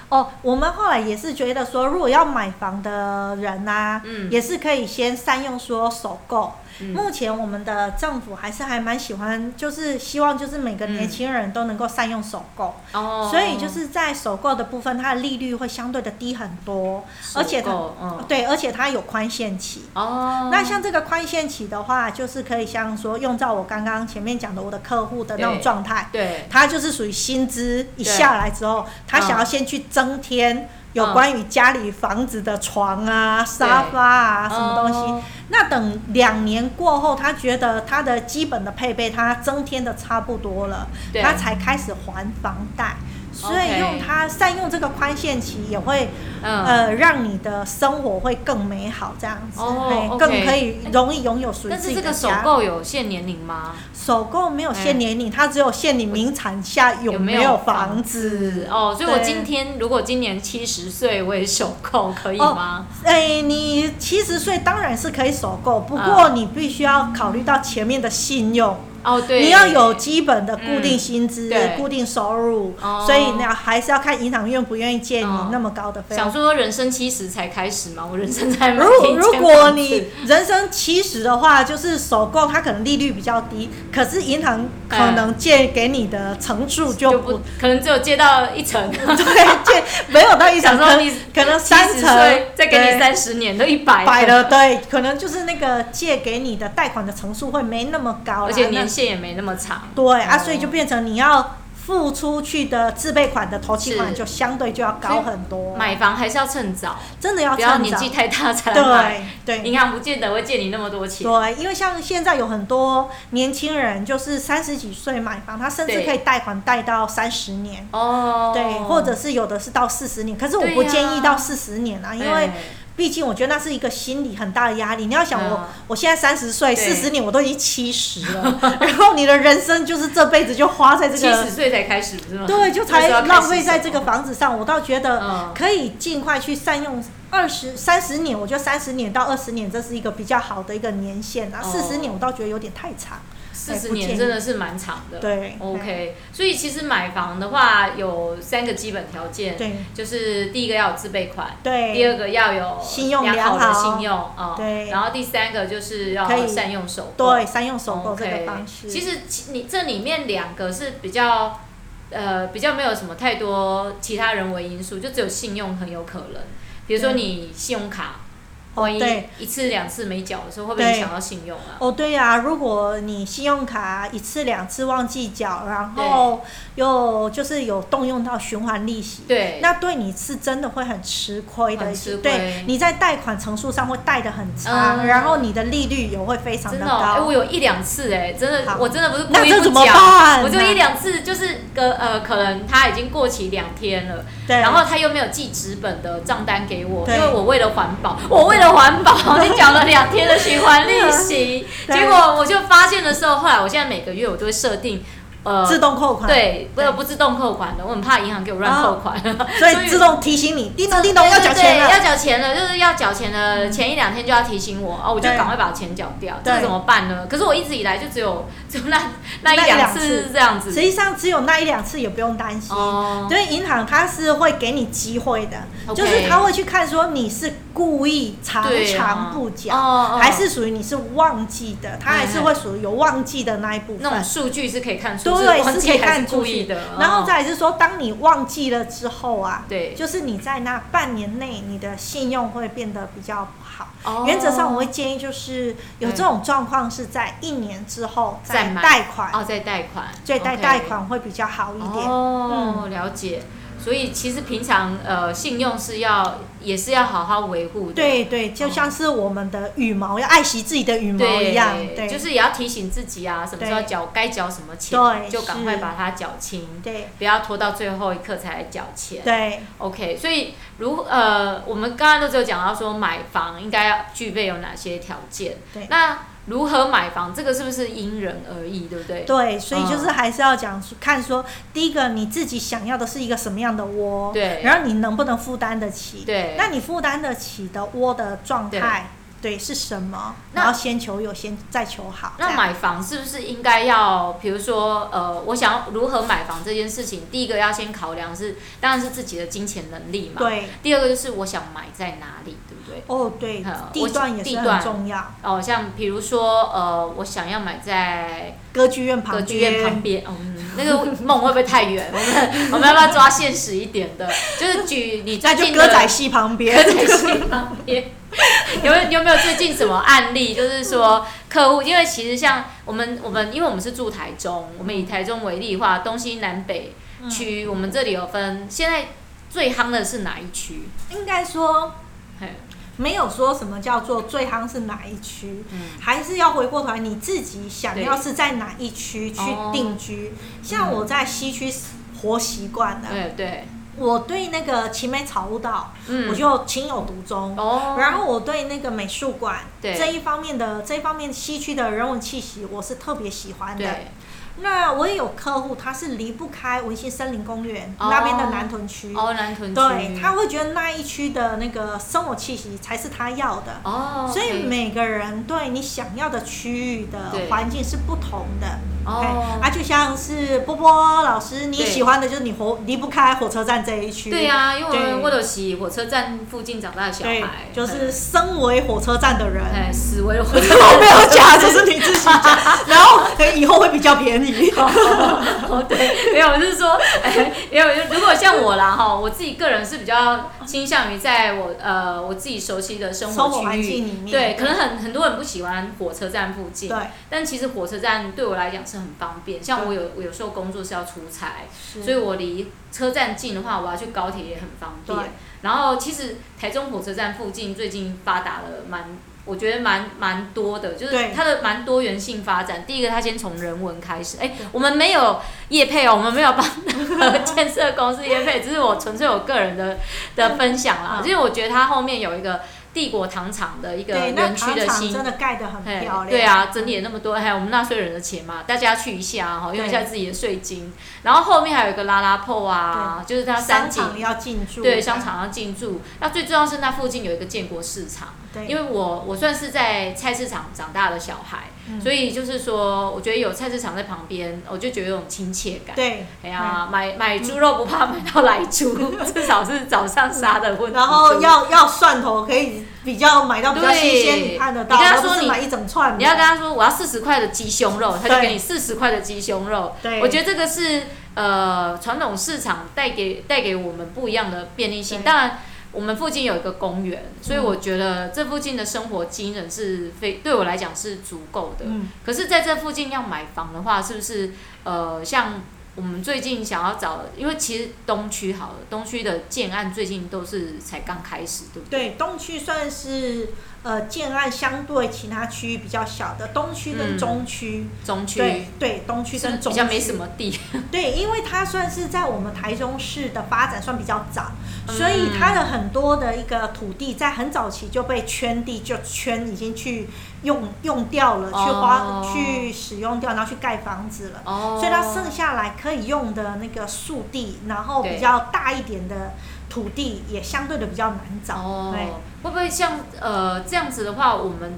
Speaker 2: 哦。我们后来也是觉得说，如果要买房的人啊呐、
Speaker 1: 嗯
Speaker 2: 也是可以先善用说首购。
Speaker 1: 嗯
Speaker 2: 目前我们的政府还是还蛮喜欢，就是希望就是每个
Speaker 1: 嗯
Speaker 2: 年轻人都能够善用首购，
Speaker 1: 哦，
Speaker 2: 所以就是在首购的部分，它的利率会相对的低很多，而且它
Speaker 1: 首购嗯
Speaker 2: 对，而且它有宽限期。
Speaker 1: 哦，
Speaker 2: 那像这个宽限期的话，就是可以像说用到我刚刚前面讲的我的客户的那种
Speaker 1: 对
Speaker 2: 状态，
Speaker 1: 对
Speaker 2: 他就是属于薪资一下来之后，他想要先去增添
Speaker 1: 嗯
Speaker 2: 有关于家里房子的床啊、沙发啊什么东西。
Speaker 1: 哦
Speaker 2: 那等两年过后，他觉得他的基本的配备他增添的差不多了，
Speaker 1: 对
Speaker 2: 他才开始还房贷。所
Speaker 1: OK
Speaker 2: 以用它善用这个宽限期，也会、
Speaker 1: 嗯
Speaker 2: 呃让你的生活会更美好，这样子，
Speaker 1: 哦
Speaker 2: 嘿
Speaker 1: OK
Speaker 2: 更可以容易拥有属于
Speaker 1: 但
Speaker 2: 自
Speaker 1: 是这
Speaker 2: 己的家。
Speaker 1: 个首购嗯有限年龄吗？
Speaker 2: 首购没有限年龄，它只有限你名产下有没有房子。
Speaker 1: 哦，所以我
Speaker 2: 对
Speaker 1: 今天如果今年七十岁，我也首购可以
Speaker 2: 哦
Speaker 1: 吗？
Speaker 2: 哎、你七十岁当然是可以首购，不过
Speaker 1: 嗯
Speaker 2: 你必须要考虑到前面的信用，
Speaker 1: 哦，对，
Speaker 2: 你要有基本的固定薪资、
Speaker 1: 嗯对
Speaker 2: 固定收入，
Speaker 1: 哦
Speaker 2: 所以那还是要看银行愿不愿意借你
Speaker 1: 哦
Speaker 2: 那么高的费用
Speaker 1: 想。说人生七十才开始嘛，我人生才买
Speaker 2: 如
Speaker 1: 一间
Speaker 2: 如果
Speaker 1: 房子
Speaker 2: 你人生七十的话，就是首购它可能利率比较低，可是银行可能借给你的层数就
Speaker 1: 就
Speaker 2: 不
Speaker 1: 不可能只有借到一层，
Speaker 2: 对，借没有到一
Speaker 1: 想
Speaker 2: 层，
Speaker 1: 说
Speaker 2: 可
Speaker 1: 你
Speaker 2: 能可能 三
Speaker 1: 70
Speaker 2: 层
Speaker 1: 岁，再给你
Speaker 2: 对
Speaker 1: 三十年都一百
Speaker 2: 百，了，对，可能就是那个借给你的贷款的层数会没那么高啦，
Speaker 1: 而且
Speaker 2: 那
Speaker 1: 年限也没那么长。
Speaker 2: 对啊，
Speaker 1: 哦
Speaker 2: 所以就变成你要付出去的自备款的头期款
Speaker 1: 是
Speaker 2: 就相对就要高很多，
Speaker 1: 买房还是要趁早，
Speaker 2: 真的要
Speaker 1: 不要
Speaker 2: 趁
Speaker 1: 年
Speaker 2: 早，
Speaker 1: 纪太大才来买。
Speaker 2: 对对。
Speaker 1: 银行不见得会借你那么多钱。
Speaker 2: 对，因为像现在有很多年轻人，就是三十几岁买房，他甚至
Speaker 1: 对
Speaker 2: 可以贷款贷到三十年，
Speaker 1: 哦，
Speaker 2: 对，或者是有的是到四十年。可是我
Speaker 1: 对
Speaker 2: 不
Speaker 1: 呀
Speaker 2: 建议到四十年啊，因为
Speaker 1: 哎
Speaker 2: 毕竟我觉得那是一个心理很大的压力。你要想我，
Speaker 1: 嗯
Speaker 2: 我现在三十岁，
Speaker 1: 对
Speaker 2: 四十年我都已经七十了， 然后你的人生就是这辈子就花在这
Speaker 1: 七十
Speaker 2: 个，
Speaker 1: 岁才开始，不是吗？
Speaker 2: 对，就
Speaker 1: 那时
Speaker 2: 才
Speaker 1: 候开始
Speaker 2: 浪费在这个房子上。我倒觉
Speaker 1: 嗯
Speaker 2: 得可以尽快去善用二十三十年，我觉得三十年到二十年这是一个比较好的一个年限啊。
Speaker 1: 哦
Speaker 2: 四十年我倒觉得有点太长，
Speaker 1: 四十
Speaker 2: 不建
Speaker 1: 年
Speaker 2: 议
Speaker 1: 真的是蛮长的。
Speaker 2: 对
Speaker 1: ，OK，所以其实买房的话有三个基本条件，
Speaker 2: 对
Speaker 1: 就是第一个要有自备款，第
Speaker 2: 对
Speaker 1: 二个要有
Speaker 2: 信用
Speaker 1: 良好
Speaker 2: 良
Speaker 1: 的
Speaker 2: 好
Speaker 1: 信用啊，
Speaker 2: 对
Speaker 1: 然后第三个就是
Speaker 2: 可
Speaker 1: 要
Speaker 2: 以
Speaker 1: 善用手
Speaker 2: 对，善用首购这
Speaker 1: 哦 OK，
Speaker 2: 个方式。
Speaker 1: 其实其你这里面两个是比较呃比较没有什么太多其他人为因素，就只有信用很有可能。比如说
Speaker 2: 对
Speaker 1: 你信用卡，
Speaker 2: 哦
Speaker 1: 万一
Speaker 2: 对
Speaker 1: 一次两次没缴的时候，会不会
Speaker 2: 对
Speaker 1: 影响到信用啊？
Speaker 2: 哦，对呀、如果你信用卡一次两次忘记缴，然后又就是有动用到循环利息，
Speaker 1: 对，
Speaker 2: 那对你是真的会很吃亏的
Speaker 1: 很，吃亏
Speaker 2: 对，你在贷款成数上会贷的很差，
Speaker 1: 嗯
Speaker 2: 然后你的利率也会非常
Speaker 1: 真
Speaker 2: 的
Speaker 1: 的、哦，哎、
Speaker 2: 高。
Speaker 1: 我有一两次、哎，真的
Speaker 2: 好，
Speaker 1: 我真的不是故
Speaker 2: 那
Speaker 1: 意
Speaker 2: 这怎
Speaker 1: 不
Speaker 2: 么
Speaker 1: 缴，
Speaker 2: 办呢？
Speaker 1: 我就一两次，就是个呃，可能他已经过期两天了，
Speaker 2: 对，
Speaker 1: 然后他又没有寄纸本的账单给我，
Speaker 2: 对
Speaker 1: 因为我为了环保， 我为了环保，你缴了两天的循环利息，
Speaker 2: 对
Speaker 1: 结果我就发现的时候，后来我现在每个月我都会设定，呃，
Speaker 2: 自动扣款，，
Speaker 1: 对，不不自动扣款的，我很怕银行给我乱扣款，
Speaker 2: 哦 所以自动提醒你，叮咚叮咚要缴
Speaker 1: 对对
Speaker 2: 钱
Speaker 1: 对
Speaker 2: 了。嗯
Speaker 1: 要缴钱了，就是要缴钱了，前一两天就要提醒我哦，我就
Speaker 2: 对
Speaker 1: 赶快把钱缴掉，这
Speaker 2: 对
Speaker 1: 个怎么办呢？可是我一直以来就只有就那那一
Speaker 2: 那一
Speaker 1: 两
Speaker 2: 两
Speaker 1: 次
Speaker 2: 次
Speaker 1: 这样
Speaker 2: 实
Speaker 1: 子，
Speaker 2: 际上只有那一两次也不用担心，
Speaker 1: 哦，
Speaker 2: 因为银行它是会给你机会的
Speaker 1: OK
Speaker 2: 就是他会去看说你是故意常
Speaker 1: 对啊
Speaker 2: 常不缴，
Speaker 1: 哦哦嗯
Speaker 2: 还是属于你是忘记的，它还是会属于有忘记的那一部
Speaker 1: 那
Speaker 2: 分
Speaker 1: 种。数据是可以看出，
Speaker 2: 对，
Speaker 1: 忘
Speaker 2: 是
Speaker 1: 记
Speaker 2: 可以
Speaker 1: 还
Speaker 2: 看出
Speaker 1: 故
Speaker 2: 去
Speaker 1: 意的，
Speaker 2: 然后
Speaker 1: 哦
Speaker 2: 再来是说，当你忘记了之后啊，
Speaker 1: 对，
Speaker 2: 就是你在那半年内，你的信用会变得比较不好。
Speaker 1: 哦
Speaker 2: 原则上，我会建议就是有这种状况是在一年之后
Speaker 1: 再买
Speaker 2: 贷款，
Speaker 1: 哦，再贷款，
Speaker 2: 所以贷
Speaker 1: OK
Speaker 2: 贷款会比较好一点。嗯
Speaker 1: 哦，了解。所以其实平常呃，信用是要也是要好好维护的，
Speaker 2: 对对，就像是我们的羽毛要爱惜自己的羽毛
Speaker 1: 对，
Speaker 2: 一样，对，
Speaker 1: 就是也要提醒自己啊，什么时候
Speaker 2: 对
Speaker 1: 缴该缴什么钱，
Speaker 2: 对
Speaker 1: 就赶
Speaker 2: 是
Speaker 1: 快把它缴清，
Speaker 2: 对
Speaker 1: 不要拖到最后一刻才来缴钱。
Speaker 2: 对
Speaker 1: OK，所以如呃，我们刚刚都只有讲到说买房应该要具备有哪些条件，
Speaker 2: 对
Speaker 1: 那如何买房，这个是不是因人而异，对不对？
Speaker 2: 对，所以就是还是要讲说看说，第一个你自己想要的是一个什么样的窝，
Speaker 1: 对
Speaker 2: 然后你能不能负担得起，
Speaker 1: 对
Speaker 2: 那你负担得起的窝的状态，对是什么？
Speaker 1: 那
Speaker 2: 然后先求有，先再求好，这
Speaker 1: 那
Speaker 2: 样
Speaker 1: 买房是不是应该要，比如说，呃，我想要如何买房这件事情，第一个要先考量是，当然是自己的金钱能力嘛。。
Speaker 2: 对
Speaker 1: 第二个就是我想买在哪里，对不对？
Speaker 2: 哦对
Speaker 1: 好，
Speaker 2: 地
Speaker 1: 我
Speaker 2: 段也
Speaker 1: 地
Speaker 2: 是很
Speaker 1: 段
Speaker 2: 重要，
Speaker 1: 哦，像比如说，呃，我想要买在
Speaker 2: 歌剧院旁
Speaker 1: 歌
Speaker 2: 边，
Speaker 1: 剧院旁边，嗯，那个梦会不会太远？我 们我们要不要抓现实一点的？就是举你
Speaker 2: 那
Speaker 1: 最
Speaker 2: 就
Speaker 1: 近
Speaker 2: 歌
Speaker 1: 的
Speaker 2: 仔戏旁边，
Speaker 1: 歌仔戏旁边。 有没有有没有最近什么案例？就是说客户，因为其实像我们我们，因为我们是住台中，我们以台中为例的话，东西南北
Speaker 2: 嗯
Speaker 1: 区，我们这里有分，现在最夯的是哪一区？
Speaker 2: 应该说
Speaker 1: 嘿
Speaker 2: 没有说什么叫做最夯是哪一区，
Speaker 1: 嗯，
Speaker 2: 还是要回过头来你自己想要是在哪一区去
Speaker 1: 哦
Speaker 2: 定居。像我在西区活习惯了，
Speaker 1: 嗯对对，
Speaker 2: 我对那个青梅草悟道，
Speaker 1: 嗯，
Speaker 2: 我就情有独钟。
Speaker 1: 哦，
Speaker 2: 然后我对那个美术馆
Speaker 1: 对
Speaker 2: 这一方面的这一方面西区的人文气息，我是特别喜欢的。
Speaker 1: 对
Speaker 2: 那我也有客户，他是离不开文心森林公园、
Speaker 1: 哦
Speaker 2: 那边的南屯区，
Speaker 1: 哦南屯区，
Speaker 2: 对，他会觉得那一区的那个生活气息才是他要的。
Speaker 1: 哦，
Speaker 2: 所以
Speaker 1: OK
Speaker 2: 每个人对你想要的区域的
Speaker 1: 对
Speaker 2: 环境是不同的。
Speaker 1: 哦
Speaker 2: OK，啊，就像是波波老师，你
Speaker 1: 对
Speaker 2: 喜欢的就是你活离不开火车站这一区。
Speaker 1: 对啊呀、因为我
Speaker 2: 对
Speaker 1: 们我都是火车站附近长大的小
Speaker 2: 对
Speaker 1: 孩，，
Speaker 2: 就是身为火车站的人，
Speaker 1: 哎死为了火车
Speaker 2: 我没有讲，这是你自己讲。然后可能以后会比较便宜。
Speaker 1: 哦，对， 没有，我是说，哎，没有，就如果像我啦哈，我自己个人是比较倾向于在我呃我自己熟悉的生
Speaker 2: 生活
Speaker 1: 活区
Speaker 2: 环境
Speaker 1: 域，
Speaker 2: 里面
Speaker 1: 对，可能很很多人不喜欢火车站附近，
Speaker 2: 对，
Speaker 1: 但其实火车站对我来讲是很方便，像我有我有时候工作是要出差，所以我离车站近的话，我要去高铁也很方便
Speaker 2: 对。
Speaker 1: 然后其实台中火车站附近最近发达了蛮，我觉得蛮蛮多的，就是
Speaker 2: 对
Speaker 1: 它的蛮多元性发展。第一个，它先从人文开始。哎，我们没有业配哦，我们没有帮 任何建设公司业配，只是我纯粹我个人的的分享啦。
Speaker 2: 嗯
Speaker 1: 因为我觉得它后面有一个帝国糖厂的一个
Speaker 2: 对，那
Speaker 1: 园区
Speaker 2: 糖
Speaker 1: 的
Speaker 2: 厂
Speaker 1: 新
Speaker 2: 真的盖得很
Speaker 1: 哎
Speaker 2: 漂亮。
Speaker 1: 对啊，整理了那么多，还有我们纳税人的钱嘛，大家去一下哈，用一下自己的税金。然后后面还有一个拉拉破啊，就是它
Speaker 2: 商
Speaker 1: 三井，
Speaker 2: 场要进驻。
Speaker 1: 对，商。场要进驻。那最重要是那附近有一个建国市场，
Speaker 2: 对，
Speaker 1: 因为我我算是在菜市场长大的小孩，
Speaker 2: 嗯
Speaker 1: 所以就是说，我觉得有菜市场在旁边，我就觉得有种亲切感。
Speaker 2: 对，
Speaker 1: 哎
Speaker 2: 嗯
Speaker 1: 呀，买买猪肉不怕买到来猪，至少是早上杀的问题。
Speaker 2: 然后要要蒜头可以比较买到比较新鲜，
Speaker 1: 对
Speaker 2: 你看得到，
Speaker 1: 你跟他
Speaker 2: 而不
Speaker 1: 说
Speaker 2: 是
Speaker 1: 你
Speaker 2: 买一整串的。
Speaker 1: 你要跟他说我要四十块的鸡胸肉，他就
Speaker 2: 对
Speaker 1: 给你四十块的鸡胸肉。
Speaker 2: 对，
Speaker 1: 我觉得这个是呃传统市场带给带给我们不一样的便利性。
Speaker 2: 对嗯
Speaker 1: 当然，我们附近有一个公园，所以我觉得这附近的生活机能是非对我来讲是足够的。
Speaker 2: 嗯，
Speaker 1: 可是在这附近要买房的话，是不是呃像我们最近想要找，因为其实东区好了，东区的建案最近都是才刚开始，对不对？
Speaker 2: 对，东区算是呃建案相对其他区域比较小的，东区跟
Speaker 1: 嗯
Speaker 2: 中区，
Speaker 1: 中区
Speaker 2: 对对，东区
Speaker 1: 是
Speaker 2: 跟
Speaker 1: 比
Speaker 2: 中
Speaker 1: 较
Speaker 2: 区
Speaker 1: 没什么地，
Speaker 2: 对，因为它算是在我们台中市的发展算比较早，
Speaker 1: 嗯
Speaker 2: 所以它的很多的一个土地在很早期就被圈地，就圈已经去用用掉了，去花、
Speaker 1: 哦
Speaker 2: 去使用掉，然后去盖房子了。
Speaker 1: 哦，
Speaker 2: 所以它剩下来可以用的那个树地，然后比
Speaker 1: 对
Speaker 2: 较大一点的土地也相对的比较难找。
Speaker 1: 哦
Speaker 2: 对，
Speaker 1: 会不会像呃这样子的话，我们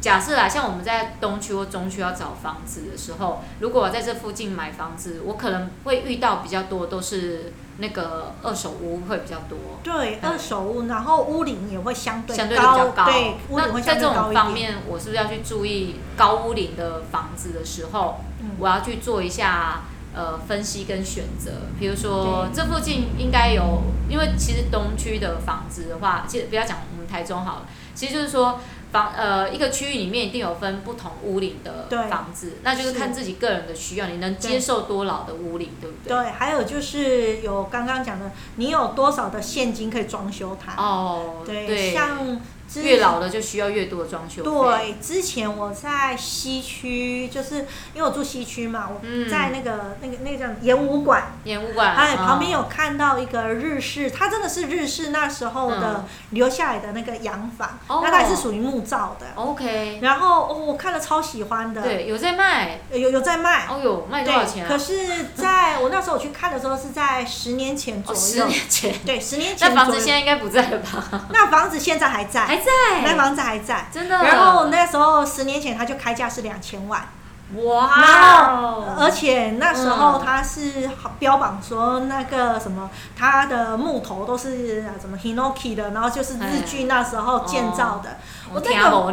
Speaker 1: 假设啊，像我们在东区或中区要找房子的时候，如果我在这附近买房子，我可能会遇到比较多都是那个二手屋会比较多。
Speaker 2: 对，
Speaker 1: 嗯
Speaker 2: 二手屋，然后屋龄也会相对
Speaker 1: 相对比较高，
Speaker 2: 对，屋龄
Speaker 1: 那
Speaker 2: 会
Speaker 1: 在
Speaker 2: 相
Speaker 1: 这种
Speaker 2: 对高
Speaker 1: 方
Speaker 2: 一点。
Speaker 1: 面，我是不是要去注意高屋龄的房子的时候，
Speaker 2: 嗯
Speaker 1: 我要去做一下呃分析跟选择？比如说这附近应该有，因为其实东区的房子的话，其实不要讲我们台中好了，其实就是说房呃一个区域里面一定有分不同屋龄的
Speaker 2: 对
Speaker 1: 房子，那就是
Speaker 2: 是
Speaker 1: 看自己个人的需要，你能
Speaker 2: 对
Speaker 1: 接受多老的屋龄，对不对？
Speaker 2: 对，还有就是有刚刚讲的，你有多少的现金可以装修它？
Speaker 1: 哦，
Speaker 2: 对，像之
Speaker 1: 越老的就需要越多的装修费。
Speaker 2: 对，之前我在西区，就是因为我住西区嘛，我
Speaker 1: 嗯
Speaker 2: 在那个、那个那个叫什么演武馆，
Speaker 1: 演武馆，
Speaker 2: 哎，
Speaker 1: 嗯
Speaker 2: 旁边有看到一个日式，它真的是日式那时候的
Speaker 1: 嗯
Speaker 2: 留下来的那个洋房，
Speaker 1: 哦
Speaker 2: 那它也是属于木造的。
Speaker 1: OK，
Speaker 2: 然后、哦、我看了超喜欢的，
Speaker 1: 对，有在卖，
Speaker 2: 有有在卖。
Speaker 1: 哦哟，卖多少
Speaker 2: 啊对，
Speaker 1: 钱
Speaker 2: 可
Speaker 1: 啊？
Speaker 2: 是在我那时候我去看的时候是在十年前左
Speaker 1: 哦，
Speaker 2: 右，
Speaker 1: 十年前，
Speaker 2: 对，十年前
Speaker 1: 那房子
Speaker 2: 左右
Speaker 1: 现在应该不在了吧？
Speaker 2: 那房子现在还在，
Speaker 1: 还
Speaker 2: 哎那
Speaker 1: 在，
Speaker 2: 房子还在。
Speaker 1: 真的。啊
Speaker 2: 然后？那时候十年前它就开价是两千万，然
Speaker 1: 哇
Speaker 2: 后
Speaker 1: 哦，
Speaker 2: 而且那时候
Speaker 1: 嗯
Speaker 2: 它是标榜说那个什么，它的木头都是呃什么 Hinoki 的，然后就是日剧那时候建造的，
Speaker 1: 我
Speaker 2: 呃我
Speaker 1: 听
Speaker 2: 那
Speaker 1: 我
Speaker 2: 个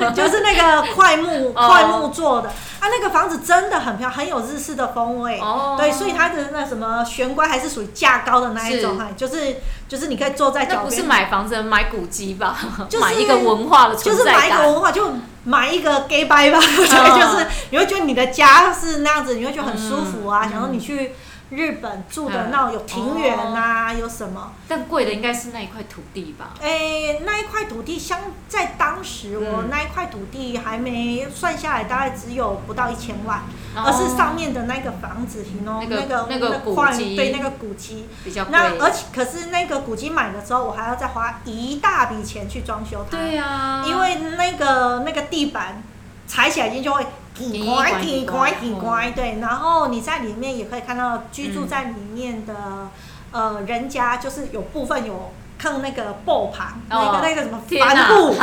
Speaker 1: 呢，
Speaker 2: 就是那个块木
Speaker 1: 哦
Speaker 2: 块木做的，啊，那个房子真的很漂亮，很有日式的风味。
Speaker 1: 哦，
Speaker 2: 对，所以它的那什么玄关还是属于架高的那一种，
Speaker 1: 是
Speaker 2: 哈，就是就是你可以坐在
Speaker 1: 那
Speaker 2: 脚
Speaker 1: 不
Speaker 2: 边
Speaker 1: 是买房子，买古迹吧
Speaker 2: 就，是
Speaker 1: 买一个文化的
Speaker 2: 就
Speaker 1: 存
Speaker 2: 是买
Speaker 1: 在
Speaker 2: 一个
Speaker 1: 感。
Speaker 2: 文化，就买一个 gay bye 吧，对，就是你会觉得你的家是那样子，你会觉得很舒服啊。
Speaker 1: 嗯
Speaker 2: 想说你去日本住的那种有庭园啊，
Speaker 1: 哦
Speaker 2: 有什么？
Speaker 1: 但贵的应该是那一块土地吧？
Speaker 2: 诶、那一块土地相在当时我
Speaker 1: 嗯
Speaker 2: 那一块土地还没算下来，大概只有不到一千万，
Speaker 1: 哦
Speaker 2: 而是上面的那个房子，你哦，
Speaker 1: 那个
Speaker 2: 个
Speaker 1: 那
Speaker 2: 那
Speaker 1: 个古
Speaker 2: 块
Speaker 1: 迹
Speaker 2: 对那个古迹。
Speaker 1: 比较贵。
Speaker 2: 那而呃且可是那个古迹买的时候，我还要再花一大笔钱去装修它。
Speaker 1: 对啊呀，
Speaker 2: 因为那个那个地板踩起来就会挺乖挺乖挺乖，对。然后你在里面也可以看到居住在里面的、呃人家，就是有部分有看那个布旁，那个那个什么
Speaker 1: 天
Speaker 2: 帆
Speaker 1: 哪
Speaker 2: 布，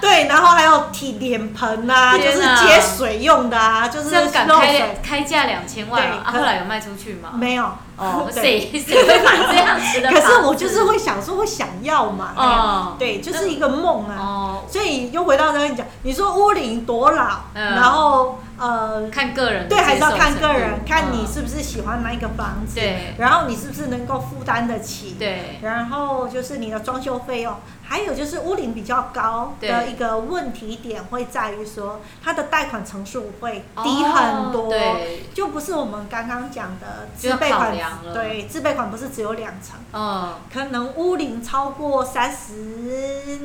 Speaker 2: 对，然后还有体脸盆啊，就
Speaker 1: 天
Speaker 2: 是
Speaker 1: 哪
Speaker 2: 接水用的啊，就是
Speaker 1: 这样敢
Speaker 2: 漏
Speaker 1: 开
Speaker 2: 水。
Speaker 1: 开价两千万啊
Speaker 2: 对
Speaker 1: 啊？
Speaker 2: 可
Speaker 1: 后来有卖出去吗？
Speaker 2: 没有
Speaker 1: 哦，
Speaker 2: 对。
Speaker 1: 谁谁会买这样子的
Speaker 2: 可
Speaker 1: 房子？
Speaker 2: 是我就是会想说会想要嘛，
Speaker 1: 哦
Speaker 2: 对，就是一个梦啊。
Speaker 1: 哦，
Speaker 2: 所以又回到刚刚讲，你说屋龄多老，
Speaker 1: 嗯
Speaker 2: 然后呃，
Speaker 1: 看个人的
Speaker 2: 对，
Speaker 1: 接受程度，
Speaker 2: 还是要看个人，看你
Speaker 1: 嗯
Speaker 2: 是不是喜欢那一个房子，
Speaker 1: 对
Speaker 2: 然后你是不是能够负担得起，，
Speaker 1: 对
Speaker 2: 然后就是你的装修费用，还有就是屋龄比较高的
Speaker 1: 对
Speaker 2: 一个问题点会在于说，它的贷款成数会低很
Speaker 1: 哦
Speaker 2: 多。
Speaker 1: 对，
Speaker 2: 就不是我们刚刚讲的
Speaker 1: 就
Speaker 2: 自
Speaker 1: 要
Speaker 2: 备
Speaker 1: 考
Speaker 2: 款
Speaker 1: 量，了
Speaker 2: 对，自备款不是只有两成，
Speaker 1: 嗯，
Speaker 2: 可能屋龄超过三十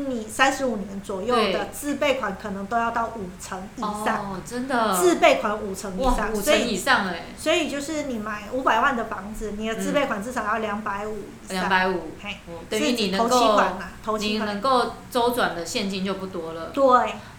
Speaker 2: 米、三十五年左右的
Speaker 1: 对
Speaker 2: 自备款，可能都要到五成以上。
Speaker 1: 哦，真的，
Speaker 2: 自备款五成以
Speaker 1: 哇
Speaker 2: 上，
Speaker 1: 五
Speaker 2: 所
Speaker 1: 成
Speaker 2: 以
Speaker 1: 以上哎，
Speaker 2: 所以就是你买五百万的房子，你的自备款至少要两百五以
Speaker 1: 两
Speaker 2: 上。
Speaker 1: 百五，
Speaker 2: 嘿，
Speaker 1: 等于
Speaker 2: 是
Speaker 1: 你能
Speaker 2: 头期
Speaker 1: 够
Speaker 2: 款啦，头期
Speaker 1: 你
Speaker 2: 款。
Speaker 1: 能够周转的现金就不多了。
Speaker 2: 对，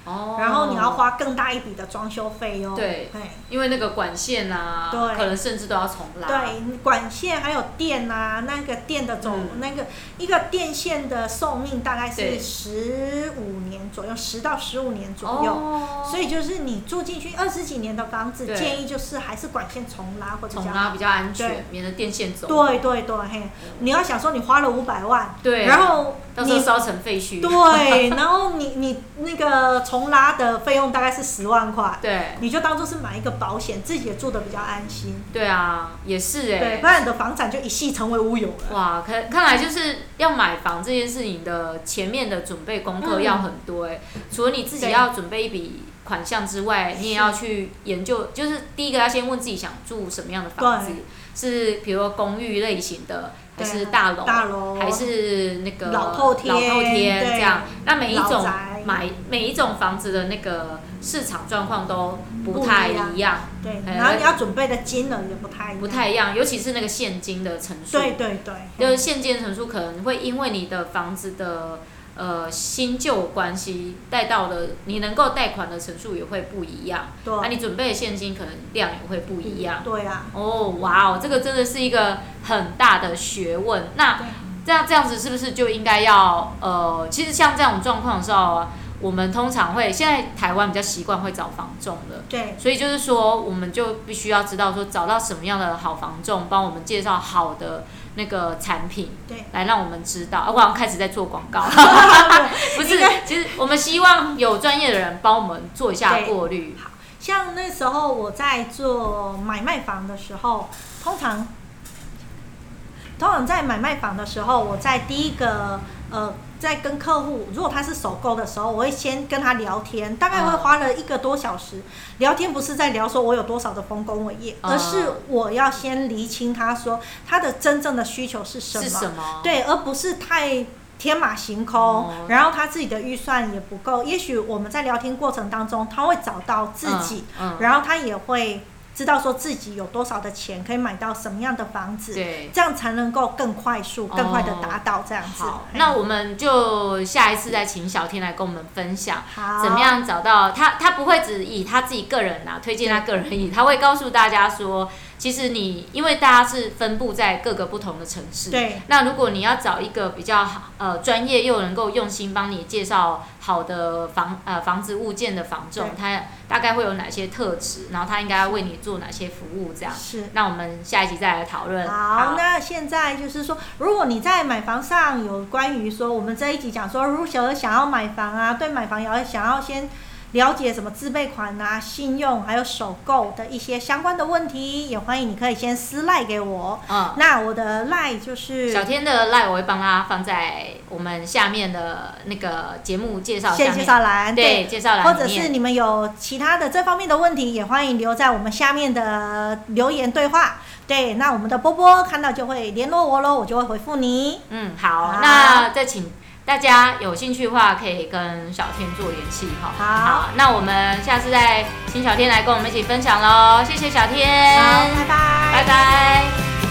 Speaker 1: 哦
Speaker 2: 然后你要花更大一笔的装修费用。
Speaker 1: 对
Speaker 2: 嘿，
Speaker 1: 因为那个管线啊，
Speaker 2: 对
Speaker 1: 可能甚至都要重拉。，哦
Speaker 2: 对，管线还有电啊，那个电的总、
Speaker 1: 嗯
Speaker 2: 那个一个电线的寿命大概
Speaker 1: 对
Speaker 2: 是十五年左右，十到十五年左右。
Speaker 1: 哦，
Speaker 2: 所以就是你住进去二十几年的房子，
Speaker 1: 对
Speaker 2: 建议就是还是管线重拉或者
Speaker 1: 重
Speaker 2: 这样
Speaker 1: 拉比较安
Speaker 2: 对
Speaker 1: 全，免得电线走。
Speaker 2: 对对对，嘿，你要想说你花了五百万，
Speaker 1: 对啊
Speaker 2: 然后
Speaker 1: 到时候
Speaker 2: 你
Speaker 1: 烧成废墟。
Speaker 2: 对，然后你你那个重拉的费用大概是十万 块，
Speaker 1: 对
Speaker 2: 你就当做是买一个保险，自己也住的比较安心。
Speaker 1: 对啊，也是哎、
Speaker 2: 对，不然你的房产就一系成为乌有了。
Speaker 1: 哇，看看来就是要买房这件事情的前面的准备功课
Speaker 2: 嗯
Speaker 1: 要很多哎、除了你自己
Speaker 2: 对
Speaker 1: 要准备一笔款项之外，你也
Speaker 2: 是
Speaker 1: 要去研究，就是第一个要先问自己想住什么样的房子
Speaker 2: 对，
Speaker 1: 是比如说公寓类型的，还
Speaker 2: 对
Speaker 1: 是大楼，
Speaker 2: 大楼
Speaker 1: 还是那个
Speaker 2: 老透天
Speaker 1: 老透天
Speaker 2: 对
Speaker 1: 这样。那每一
Speaker 2: 老
Speaker 1: 种
Speaker 2: 宅
Speaker 1: 买每一种房子的那个市场状况都不
Speaker 2: 不
Speaker 1: 太
Speaker 2: 一样
Speaker 1: 一样，
Speaker 2: 对，
Speaker 1: 哎
Speaker 2: 然后你要准备的金额也不太一样。
Speaker 1: 不太一样，尤其是那个现金的乘数。
Speaker 2: 对对对，
Speaker 1: 就是现建成数可能会因为你的房子的呃新旧关系，带到的你能够贷款的成数也会不一样，那、
Speaker 2: 对，
Speaker 1: 你准备的现金可能量也会不一样。
Speaker 2: 对啊，
Speaker 1: 哦，哇哦，这个真的是一个很大的学问。那
Speaker 2: 对
Speaker 1: 这样这样子是不是就应该要呃，其实像这种状况的时候啊，我们通常会现在台湾比较习惯会找房仲了。
Speaker 2: 对啊
Speaker 1: 所以就是说，我们就必须要知道说找到什么样的好房仲，帮我们介绍好的那个产品，
Speaker 2: 对，
Speaker 1: 来让我们知道。啊，我好像开始在做广 告，不是
Speaker 2: 应该，
Speaker 1: 其实我们希望有专业的人帮我们做一下过滤。
Speaker 2: 像那时候我在做买卖房的时候，通常通常在买卖房的时候，我在第一个呃，在跟客户如果他是首购的时候，我会先跟他聊天，大概会花了一个多小时。聊天不是在聊说我有多少的丰功伟业，
Speaker 1: 嗯
Speaker 2: 而是我要先厘清他说他的真正的需求是什么，
Speaker 1: 是什么？
Speaker 2: 对，而不是太天马行空，
Speaker 1: 哦
Speaker 2: 然后他自己的预算也不够。也许我们在聊天过程当中，他会找到自己，
Speaker 1: 嗯，嗯
Speaker 2: 然后他也会知道说自己有多少的钱可以买到什么样的房子，
Speaker 1: 对。
Speaker 2: 这样才能够更快速、
Speaker 1: 哦
Speaker 2: 更快的达到这样子。
Speaker 1: 好，
Speaker 2: 嘿
Speaker 1: 那我们就下一次再请小天来跟我们分享。
Speaker 2: 好，
Speaker 1: 怎么？样找到他？他不会只以他自己个人啊推荐他个人而
Speaker 2: 嗯
Speaker 1: 已，他会告诉大家说，其实你因为大家是分布在各个不同的城市，
Speaker 2: 对
Speaker 1: 那如果你要找一个比较好呃专业又能够用心帮你介绍好的房呃房子物件的房仲
Speaker 2: 对，
Speaker 1: 他大概会有哪些特质，然后他应该要为你做哪些服务这样。
Speaker 2: 是。
Speaker 1: 那我们下一集再来讨论。
Speaker 2: 好，那现在就是说，如果你在买房上有关于说我们这一集讲说，如果有想要买房啊，对买房也要想要先了解什么自备款啊、信用还有首购的一些相关的问题，也欢迎你可以先私赖给我。
Speaker 1: 嗯，
Speaker 2: 那我的赖就是
Speaker 1: 小天的 line 我会帮他放在我们下面的那个节目介绍下
Speaker 2: 先
Speaker 1: 面。
Speaker 2: 介绍栏，
Speaker 1: 对，介绍栏
Speaker 2: 或者
Speaker 1: 里面
Speaker 2: 是你们有其他的这方面的问题，也欢迎留在我们下面的留言对话。对，那我们的波波看到就会联络我喽，我就会回复你。
Speaker 1: 嗯，好，
Speaker 2: 好
Speaker 1: 那再请大家有兴趣的话，可以跟小天做联系哈。
Speaker 2: 好
Speaker 1: 那我们下次再请小天来跟我们一起分享喽，谢谢小天，
Speaker 2: 好，拜拜
Speaker 1: 拜拜